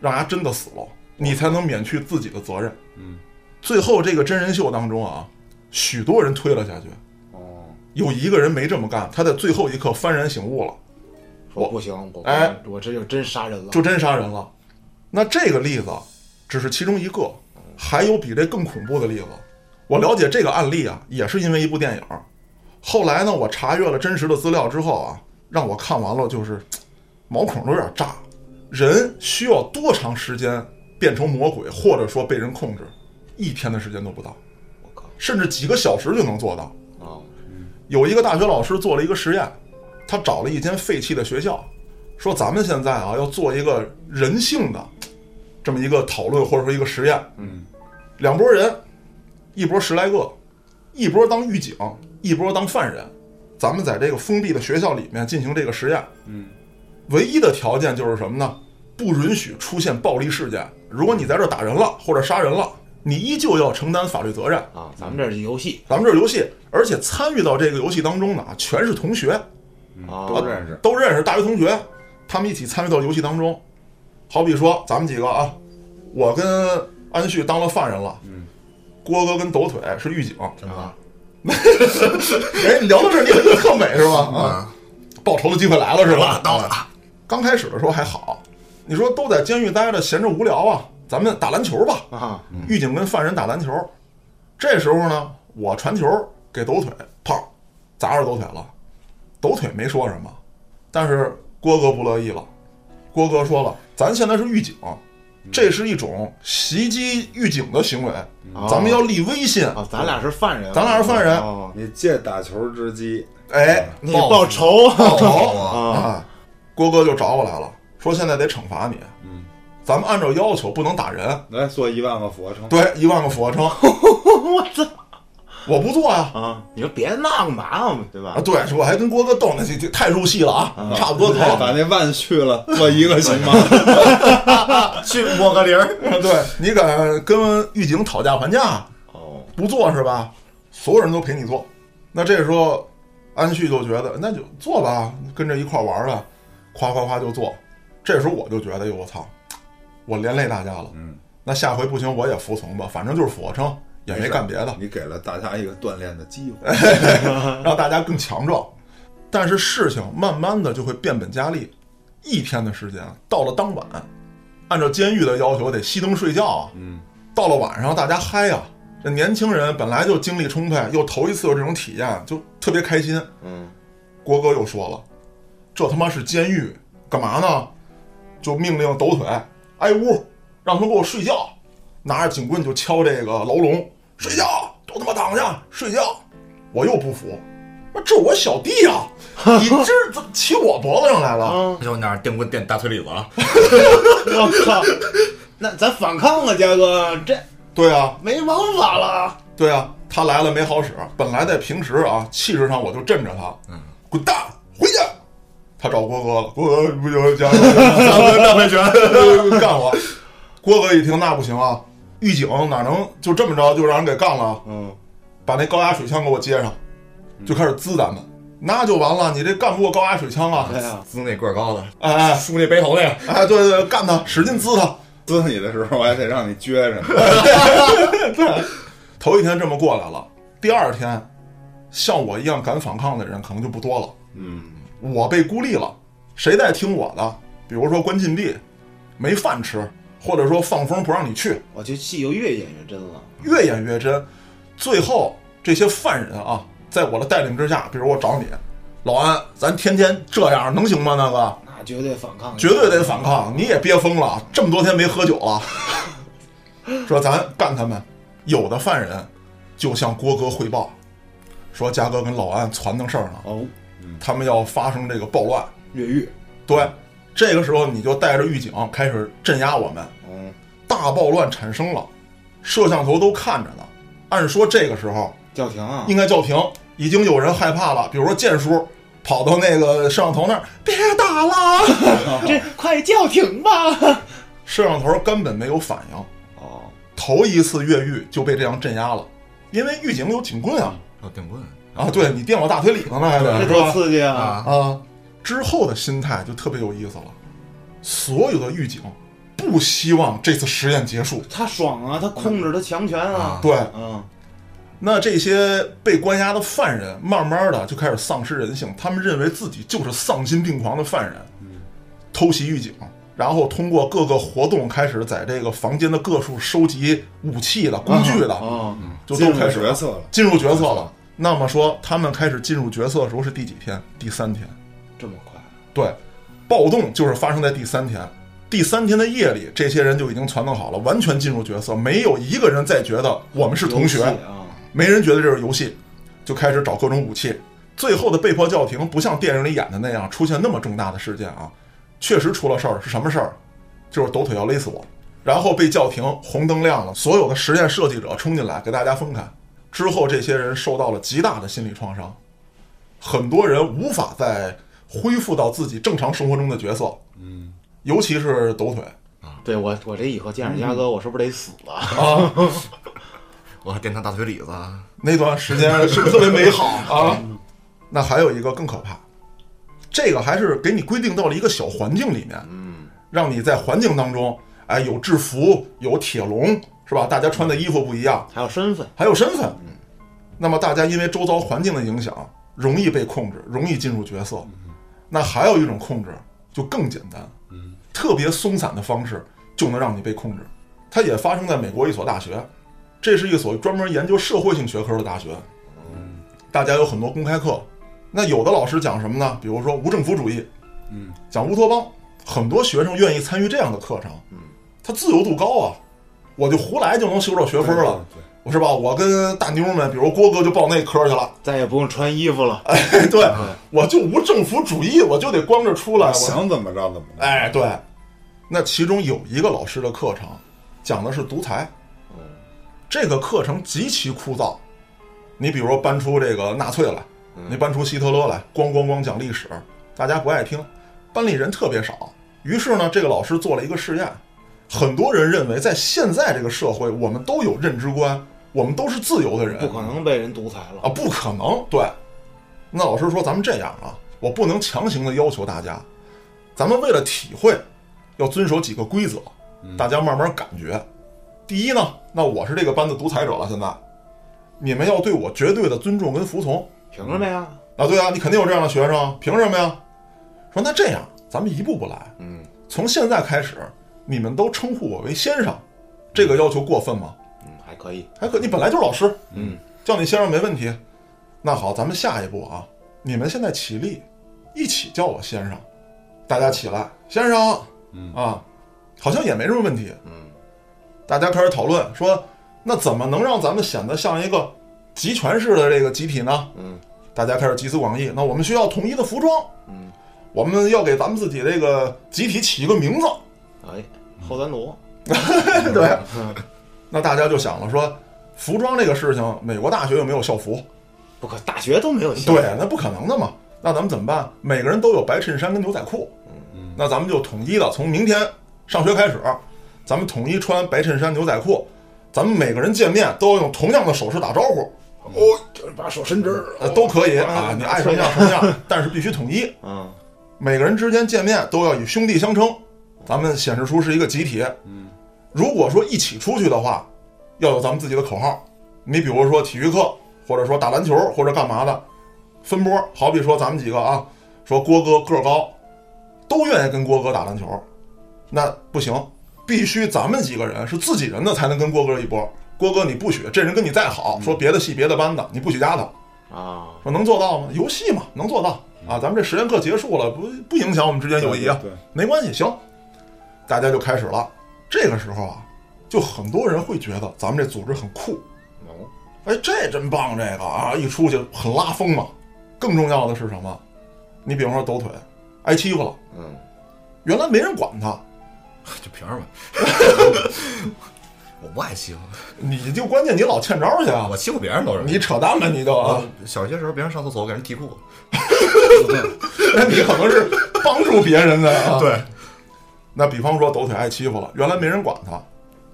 A: 让他真的死了，你才能免去自己的责任。嗯，最后这个真人秀当中啊，许多人推了下去，
B: 哦，
A: 有一个人没这么干，他在最后一刻幡然醒悟了，
C: 说不行，我
A: 哎，
C: 我这就真杀人了。
A: 就真杀人了。那这个例子只是其中一个，还有比这更恐怖的例子。我了解这个案例啊，也是因为一部电影。后来呢，我查阅了真实的资料之后啊，让我看完了就是嘖毛孔都有点炸。人需要多长时间变成魔鬼，或者说被人控制？一天的时间都不到。
C: 我靠，
A: 甚至几个小时就能做到。
C: 啊，
A: 有一个大学老师做了一个实验，他找了一间废弃的学校，说咱们现在啊要做一个人性的这么一个讨论或者说一个实验。嗯，两拨人，一波十来个，一波当狱警，一波当犯人，咱们在这个封闭的学校里面进行这个实验。嗯，唯一的条件就是什么呢？不允许出现暴力事件。如果你在这儿打人了或者杀人了，你依旧要承担法律责任。
C: 啊，咱们这是游戏
A: 咱们这儿游戏，而且参与到这个游戏当中的啊，全是同学，
C: 啊，
A: 哦
B: 都认识。
A: 嗯都认识大学同学，他们一起参与到游戏当中。好比说，咱们几个啊，我跟安旭当了犯人了，嗯，郭哥跟抖腿是狱警，
D: 啊
A: *laughs* 哎，聊到这儿你很特美是吧？啊，
D: 啊，
A: 报仇的机会来了是吧？
D: 到了，
A: 刚开始的时候还好，你说都在监狱待着，闲着无聊啊，咱们打篮球吧。
C: 啊，
A: 狱警跟犯人打篮球，这时候呢，我传球给抖腿，砰，砸着抖腿了。抖腿没说什么，但是郭哥不乐意了。郭哥说了，咱现在是狱警，这是一种袭击狱警的行为，咱们要立威信。
C: 啊，咱俩是犯人，
A: 咱俩是犯人
C: 哦
B: 你借打球之机，
A: 哎，
D: 嗯
C: 你报仇
A: 报仇
D: 哦
C: 啊，
A: 啊！郭哥就找我来了，说现在得惩罚你。嗯，咱们按照要求不能打人。
B: 来做一万个俯卧撑。
A: 对，一万个俯卧撑，
C: 我操
A: 我不做呀、
C: 啊！你说别闹嘛，对吧
A: 啊，？对，我还跟郭哥斗呢，这这太入戏了啊，差不多得
B: 太
A: 了。
B: 把那万去了，做一个行 *laughs* 吗？
D: 去摸个铃儿，
A: *laughs* 对你敢跟狱警讨价还价，
C: 哦，
A: 不做是吧？所有人都陪你做。那这时候，安旭就觉得那就做吧，跟着一块玩儿呗，夸夸夸就做。这时候我就觉得，哟我操，我连累大家了。嗯，那下回不行我也服从吧，反正就是俯卧撑，也没干别的，哎
B: 你给了大家一个锻炼的机会。
A: 让大家更强壮。但是事情慢慢的就会变本加厉。一天的时间到了当晚，按照监狱的要求得熄灯睡觉啊。
B: 嗯，
A: 到了晚上大家嗨啊，这年轻人本来就精力充沛，又头一次有这种体验，就特别开心。
C: 嗯，
A: 郭哥又说了，这他妈是监狱，干嘛呢？就命令抖腿挨屋，让他们给我睡觉，拿着警棍就敲这个牢笼，睡觉，都他妈躺下睡觉。我又不服，那这我小弟
D: *laughs*
A: 啊，你这怎么骑我脖子上来了？
C: 啊，
D: 就拿着电棍电大腿里子啊，
C: *laughs* 我靠！那咱反抗啊，嘉哥，这
A: 对啊，
C: 没王法了。
A: 对啊，他来了没好使。本来在平时啊，气势上我就镇着他，嗯，滚蛋，回去。他找郭哥了，郭哥不行，加
D: 大大回拳，
A: 哥 *laughs* 干我。郭哥一听那不行啊，狱警哪能就这么着就让人给干了啊？
C: 嗯，
A: 把那高压水枪给我接上，
D: 嗯
A: 就开始滋咱们，那就完了。你这干不过高压水枪啊？
C: 对呀，
D: 滋那个儿高的，
A: 哎哎
D: 哎梳那背头那个，
A: 哎，对对，对干他，使劲滋他。
B: 滋你的时候，我还得让你撅着
A: 哎
B: 呢。
A: 头一天这么过来了，第二天，像我一样敢反抗的人可能就不多了。
B: 嗯，
A: 我被孤立了，谁在听我的？比如说关禁闭，没饭吃，或者说放风不让你去，
C: 我这戏就越演越真了。
A: 越演越真。最后这些犯人啊，在我的带领之下，比如我找你，老安，咱天天这样能行吗？那个
C: 那绝对反抗，
A: 绝对得反抗，你也憋疯了，这么多天没喝酒了，说咱干他们。有的犯人就向郭哥汇报，说嘉哥跟老安传弄事儿呢，
C: 哦，
A: 他们要发生这个暴乱。
C: 越狱，
A: 对，这个时候你就带着狱警开始镇压我们，
C: 嗯，
A: 大暴乱产生了，摄像头都看着呢。按说这个时候
C: 叫停啊，
A: 应该叫停，已经有人害怕了，比如说建叔跑到那个摄像头那儿，别打了， *laughs*
C: 这快叫停吧。
A: 摄像头根本没有反应。
C: 哦，
A: 头一次越狱就被这样镇压了，因为狱警有警棍啊
D: 有电棍
B: 嗯
A: 啊，对你电我大腿里头呢，还得
C: 这
A: 是
C: 多
A: 吧？
C: 刺激啊！
D: 啊，
A: 啊，之后的心态就特别有意思了，所有的狱警不希望这次实验结束，
C: 他爽啊，他控制，他强权啊。
A: 对，
C: 嗯，
A: 那这些被关押的犯人，慢慢的就开始丧失人性，他们认为自己就是丧心病狂的犯人，
B: 嗯
A: 偷袭狱警，然后通过各个活动开始在这个房间的各处收集武器的、工具的，
C: 哦，
A: 就
B: 啊进
A: 都
B: 入
A: 开始
B: 角色了。
A: 进入角色了。那么说，他们开始进入角色的时候是第几天？第三天。
C: 这么快，啊
A: 对，暴动就是发生在第三天。第三天的夜里，这些人就已经传弄好了，完全进入角色，没有一个人再觉得我们是同学。
C: 游戏啊，
A: 没人觉得这是游戏，就开始找各种武器。最后的被迫叫停，不像电影里演的那样出现那么重大的事件啊，确实出了事儿。是什么事儿？就是抖腿要勒死我，然后被叫停，红灯亮了，所有的实验设计者冲进来给大家分开。之后，这些人受到了极大的心理创伤，很多人无法再恢复到自己正常生活中的角色。嗯，尤其是抖腿，
C: 对我，我这以后见着鸭
A: 嗯
C: 哥，我是不是得死了？
D: 我还垫他大腿里子 *laughs* 啊，
A: *laughs* 那段时间是不是特别美好 *laughs* 啊？那还有一个更可怕，这个还是给你规定到了一个小环境里面，嗯，让你在环境当中，哎，有制服，有铁笼，是吧？大家穿的衣服不一样，
C: 还有身份，
A: 还有身份。那么大家因为周遭环境的影响，容易被控制，容易进入角色。那还有一种控制就更简单，特别松散的方式就能让你被控制。它也发生在美国一所大学，这是一所专门研究社会性学科的大学。大家有很多公开课，那有的老师讲什么呢？比如说无政府主义，嗯，讲乌托邦，很多学生愿意参与这样的课程，嗯，他自由度高啊，我就胡来就能修着学分了。
B: 对
A: 是吧？我跟大妞们，比如郭哥就报那科去了。 *laughs*
C: 再也不用穿衣服了。
A: 哎，对，
C: 嗯
A: 我就无政府主义，我就得光着出来。我
B: 想怎么着怎么着。
A: 哎，对。那其中有一个老师的课程讲的是独裁，
C: 嗯
A: 这个课程极其枯燥。你比如说搬出这个纳粹来，
C: 嗯
A: 你搬出希特勒来，咣咣咣讲历史，大家不爱听，班里人特别少。于是呢，这个老师做了一个试验，很多人认为在现在这个社会，我们都有认知观，我们都是自由的人，
C: 不可能被人独裁了
A: 啊，。不可能。对，那老师说咱们这样啊，我不能强行的要求大家，咱们为了体会，要遵守几个规则，大家慢慢感觉。第一呢，那我是这个班的独裁者了，现在你们要对我绝对的尊重跟服从
C: 凭什么呀？
A: 啊。对啊，你肯定有这样的学生，凭什么呀？说那这样，咱们一步步来，
C: 嗯，
A: 从现在开始，你们都称呼我为先生，这个要求过分吗？
C: 嗯，还可以。
A: 还可你本来就是老师，
C: 嗯，
A: 叫你先生没问题。那好，咱们下一步啊，你们现在起立，一起叫我先生，大家起来，先生，嗯啊，好像也没什么问题，嗯，大家开始讨论说，那怎么能让咱们显得像一个集权式的这个集体呢？
C: 嗯，
A: 大家开始集思广益，那我们需要统一的服装，嗯，我们要给咱们自己这个集体起一个名字，
C: 哎，
A: 嗯
C: 后三毒。
A: *laughs* 对，啊那大家就想了说，服装这个事情，美国大学又没有校服，
C: 不可，大学都没有校服
A: 对，那不可能的嘛。那咱们怎么办？每个人都有白衬衫跟牛仔裤，那咱们就统一的，从明天上学开始，咱们统一穿白衬衫、牛仔裤，咱们每个人见面都要用同样的手势打招呼，
C: 哦，就是把手伸直儿
A: 呃，都可以啊，你爱什么样什么样，但是必须统 *laughs* 一。
C: 嗯，
A: 每个人之间见面都要以兄弟相称，咱们显示出是一个集体。嗯，如果说一起出去的话，要有咱们自己的口号。你比如说体育课，或者说打篮球，或者干嘛的，分波。好比说咱们几个啊，说郭哥个儿高，都愿意跟郭哥打篮球，那不行，必须咱们几个人是自己人的才能跟郭哥一波。郭哥你不许，这人跟你再好，说别的系别的班的，你不许加他。
C: 啊，
A: 说能做到吗？游戏嘛，能做到啊！咱们这实验课结束了，不不影响我们之间友谊啊，
B: 对对对
A: 没关系，行。大家就开始了。这个时候啊，就很多人会觉得咱们这组织很酷，
C: 哦，
A: 哎，这真棒！这个啊，一出去很拉风嘛。更重要的是什么？你比方说抖腿，挨欺负了，
C: 嗯，
A: 原来没人管他，
D: 就凭什么？ *laughs* 我不爱欺负，啊
A: 你就关键你老欠招去啊
D: 我，欺负别人都是。
A: 你扯淡吧你就啊， *laughs*
D: 我小学时候别人上厕所，我给人提裤子。
A: 那你可能是帮助别人的啊。
D: 对，
A: 那比方说抖腿挨欺负了，原来没人管他，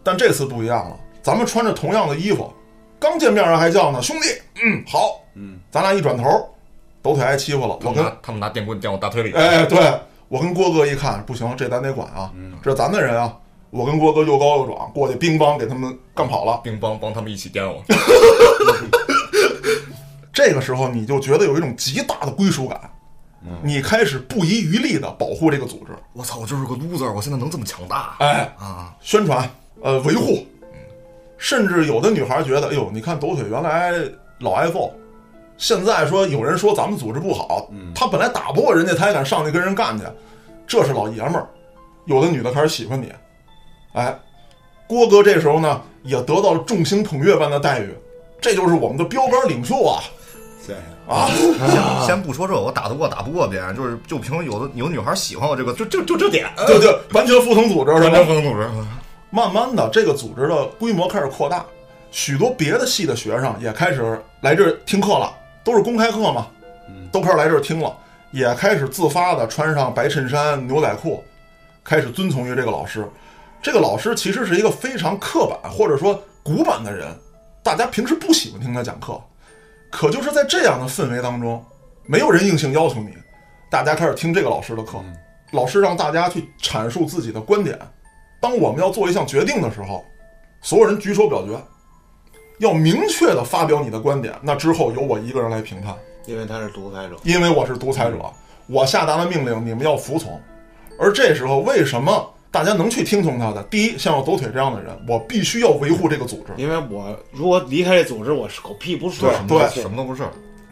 A: 但这次不一样了，咱们穿着同样的衣服，刚见面儿还叫呢兄弟，嗯好，嗯，咱俩一转头，抖腿挨欺负了，我
D: 我
A: 跟
D: 拿他们拿电棍电我大腿里。
A: 哎对我跟郭哥一看不行，这咱得管啊，这是咱的人啊，我跟郭哥又高又壮，过去乒乓给他们干跑了。
D: 乒乓帮他们一起颠我，
A: 这个时候你就觉得有一种极大的归属感，你开始不遗余力的保护这个组织，
D: 我操，我就是个 loser，我现在能这么强大
A: 哎，
D: 啊！
A: 宣传，呃，维护，甚至有的女孩觉得，哎呦，你看抖腿原来老挨揍，现在说有人说咱们组织不好，他本来打不过人家，他也敢上去跟人干去，这是老爷们儿。有的女的开始喜欢你，哎，郭哥这时候呢也得到了众星捧月般的待遇，这就是我们的标杆领袖 *laughs* 啊！
B: 谢谢。
A: 啊，
D: 先先不说这，我打得过打不过别人，就是就凭有的有女孩喜欢我这个，就就就这点，
A: 就就完全服从组织是吧？
D: 能组织。
A: 慢慢的，这个组织的规模开始扩大，许多别的系的学生也开始来这儿听课了，都是公开课嘛，都开始来这儿听了，也开始自发的穿上白衬衫、牛仔裤，开始遵从于这个老师。这个老师其实是一个非常刻板或者说古板的人，大家平时不喜欢听他讲课，可就是在这样的氛围当中，没有人硬性要求你，大家开始听这个老师的课，老师让大家去阐述自己的观点。当我们要做一项决定的时候，所有人举手表决，要明确的发表你的观点。那之后由我一个人来评判，
C: 因为他是独裁者，
A: 因为我是独裁者，我下达的命令你们要服从。而这时候，为什么大家能去听从他的？第一，像我抖腿这样的人，我必须要维护这个组织，
C: 因为我如果离开这组织，我是狗屁不是。
A: 对
D: 什么都不是。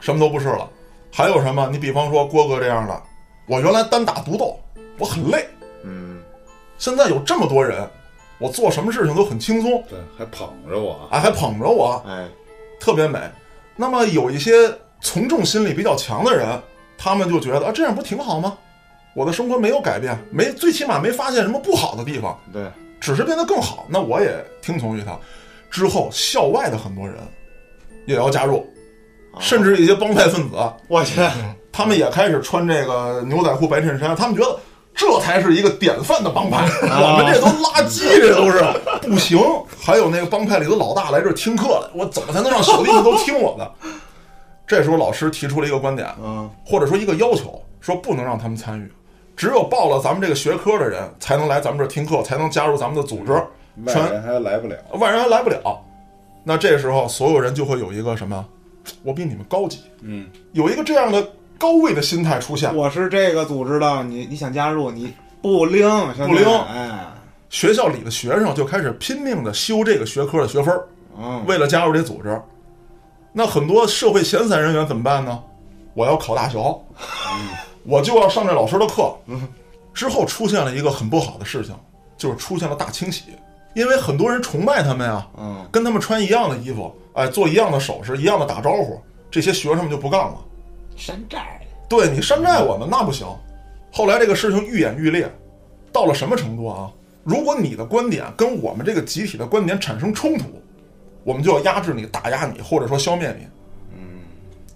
A: 什么都不是了。还有什么？你比方说郭哥这样的，我原来单打独斗，我很累，
C: 嗯，
A: 现在有这么多人，我做什么事情都很轻松，
B: 对，还捧着我啊，
A: 哎，还捧着我，
C: 哎，
A: 特别美。那么有一些从众心理比较强的人，他们就觉得啊，这样不挺好吗？我的生活没有改变，没最起码没发现什么不好的地方，
C: 对，
A: 只是变得更好。那我也听从于他。之后，校外的很多人也要加入，甚至一些帮派分子，
C: 我去，
A: 他们也开始穿这个牛仔裤、白衬衫，他们觉得这才是一个典范的帮派，我们这都垃圾，这都是啊 *laughs* 不行。还有那个帮派里的老大来这儿听课来，我怎么才能让小弟们都听我的？这时候老师提出了一个观点，
C: 嗯，
A: 或者说一个要求，说不能让他们参与，只有报了咱们这个学科的人才能来咱们这儿听课，才能加入咱们的组织。
B: 外人还来不了。
A: 外人还来不了。那这时候，所有人就会有一个什么？我比你们高级，
B: 嗯，
A: 有一个这样的高位的心态出现。
C: 我是这个组织的，你你想加入，你不灵，兄
A: 不
C: 弟
A: 灵
C: 哎，
A: 学校里的学生就开始拼命的修这个学科的学分儿，
C: 嗯，
A: 为了加入这组织。那很多社会闲散人员怎么办呢？我要考大学，
C: 嗯
A: 我就要上这老师的课。之后出现了一个很不好的事情，就是出现了大清洗，因为很多人崇拜他们呀，
C: 嗯，
A: 跟他们穿一样的衣服，哎，做一样的手势，一样的打招呼，这些学生们就不干了。
C: 山寨，
A: 对你山寨我们那不行。后来这个事情愈演愈烈，到了什么程度啊？如果你的观点跟我们这个集体的观点产生冲突，我们就要压制你、打压你，或者说消灭你。嗯，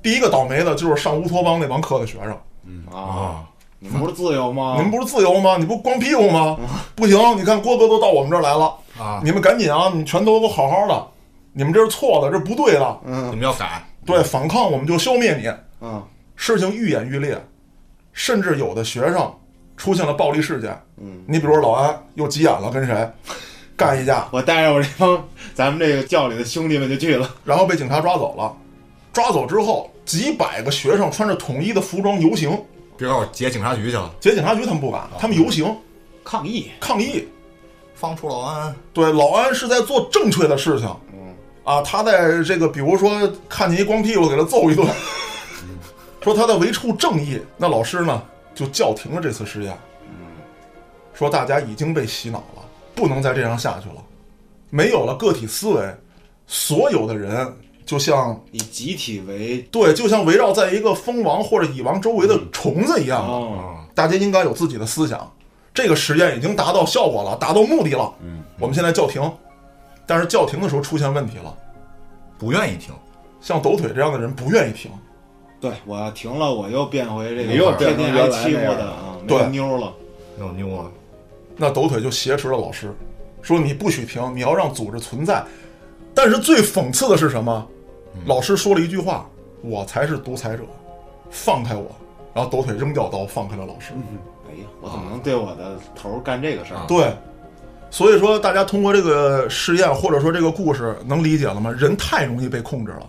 A: 第一个倒霉的就是上乌托邦那帮课的学生。
C: 啊，你们不是自由吗？
A: 你们不是自由吗？你不光屁股吗？不行，你看郭哥都到我们这儿来了
D: 啊
A: 你们赶紧啊，你们全都给我好好的，你们这是错的，这是不对的。
D: 你们要改，
A: 对，反抗我们就消灭你。
C: 嗯，
A: 事情愈演愈烈，甚至有的学生出现了暴力事件。嗯，你比如说老安又急眼了，跟谁干一架，
C: 我带着我这帮 *laughs* 咱们这个教里的兄弟们就去了，
A: 然后被警察抓走了。抓走之后，几百个学生穿着统一的服装游行，
D: 别告诉我劫警察局去了，
A: 劫警察局他们不敢，他们游行
C: 抗议，
A: 抗议。
D: 放出老安。
A: 对，老安是在做正确的事情。嗯，啊，他在这个，比如说看见一光屁股，给他揍一 *laughs* 顿，说他在维护正义。那老师呢，就叫停了这次实验。嗯，说大家已经被洗脑了，不能再这样下去了。没有了个体思维，所有的人就像
C: 以集体为
A: 对，就像围绕在一个蜂王或者蚁王周围的虫子一样
B: 啊
A: 的。
C: 哦，
A: 大家应该有自己的思想。这个实验已经达到效果了，达到目的了。嗯，我们现在叫停，但是叫停的时候出现问题了，
D: 不愿意听，
A: 像抖腿这样的人不愿意停，
C: 对我要停了，我又变回这个
B: 你又
C: 天天
B: 变成原
C: 挨
B: 来
C: 欺负
B: 那样
C: 的
B: 了
C: 啊，没
A: 对
C: 有妞了，
D: 有妞啊！
A: 那抖腿就挟持了老师，说你不许停，你要让组织存在。但是最讽刺的是什么？老师说了一句话：“我才是独裁者，放开我。”然后抖腿扔掉刀，放开了老师。
C: 哎呀，
B: 啊
C: 我怎么能对我的头儿干这个事儿？
A: 对，所以说大家通过这个试验或者说这个故事能理解了吗？人太容易被控制了。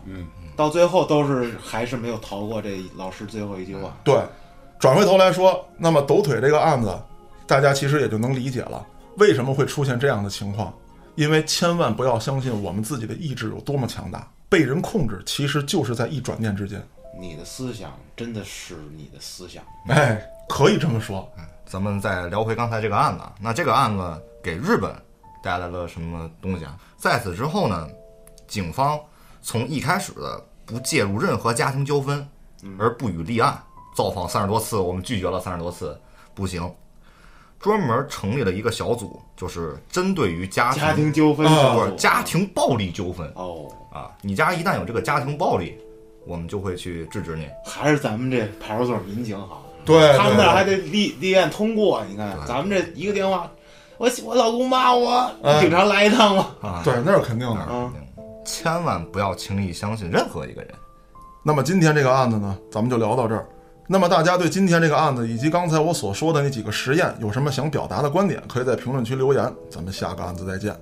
C: 到最后都是还是没有逃过这老师最后一句
B: 啊
C: 话。
A: 对，转回头来说，那么抖腿这个案子，大家其实也就能理解了，为什么会出现这样的情况。因为千万不要相信我们自己的意志有多么强大，被人控制其实就是在一转念之间。
C: 你的思想真的是你的思想，
A: 哎，可以这么说。
C: 嗯
D: 咱们再聊回刚才这个案子啊，那这个案子给日本带来了什么东西啊？在此之后呢，警方从一开始的不介入任何家庭纠纷，
C: 嗯
D: 而不予立案，造访三十多次，我们拒绝了三十多次，不行，专门成立了一个小组，就是针对于家庭
C: 家庭纠纷
A: 啊
D: 不是家庭暴力纠纷
C: 哦，
D: 啊，你家一旦有这个家庭暴力，我们就会去制止你。
C: 还是咱们这派出所民情好，
A: 对，
C: 他们那
A: 对
C: 儿还得立立案通过，你看咱们这一个电话，我我老公骂我，
A: 哎
C: 警察来一趟吧。
A: 对那是肯定的。
C: 啊，
D: 千万不要轻易相信任何一个人。
A: 那么今天这个案子呢，咱们就聊到这儿。那么大家对今天这个案子以及刚才我所说的那几个实验有什么想表达的观点，可以在评论区留言。咱们下个案子再见。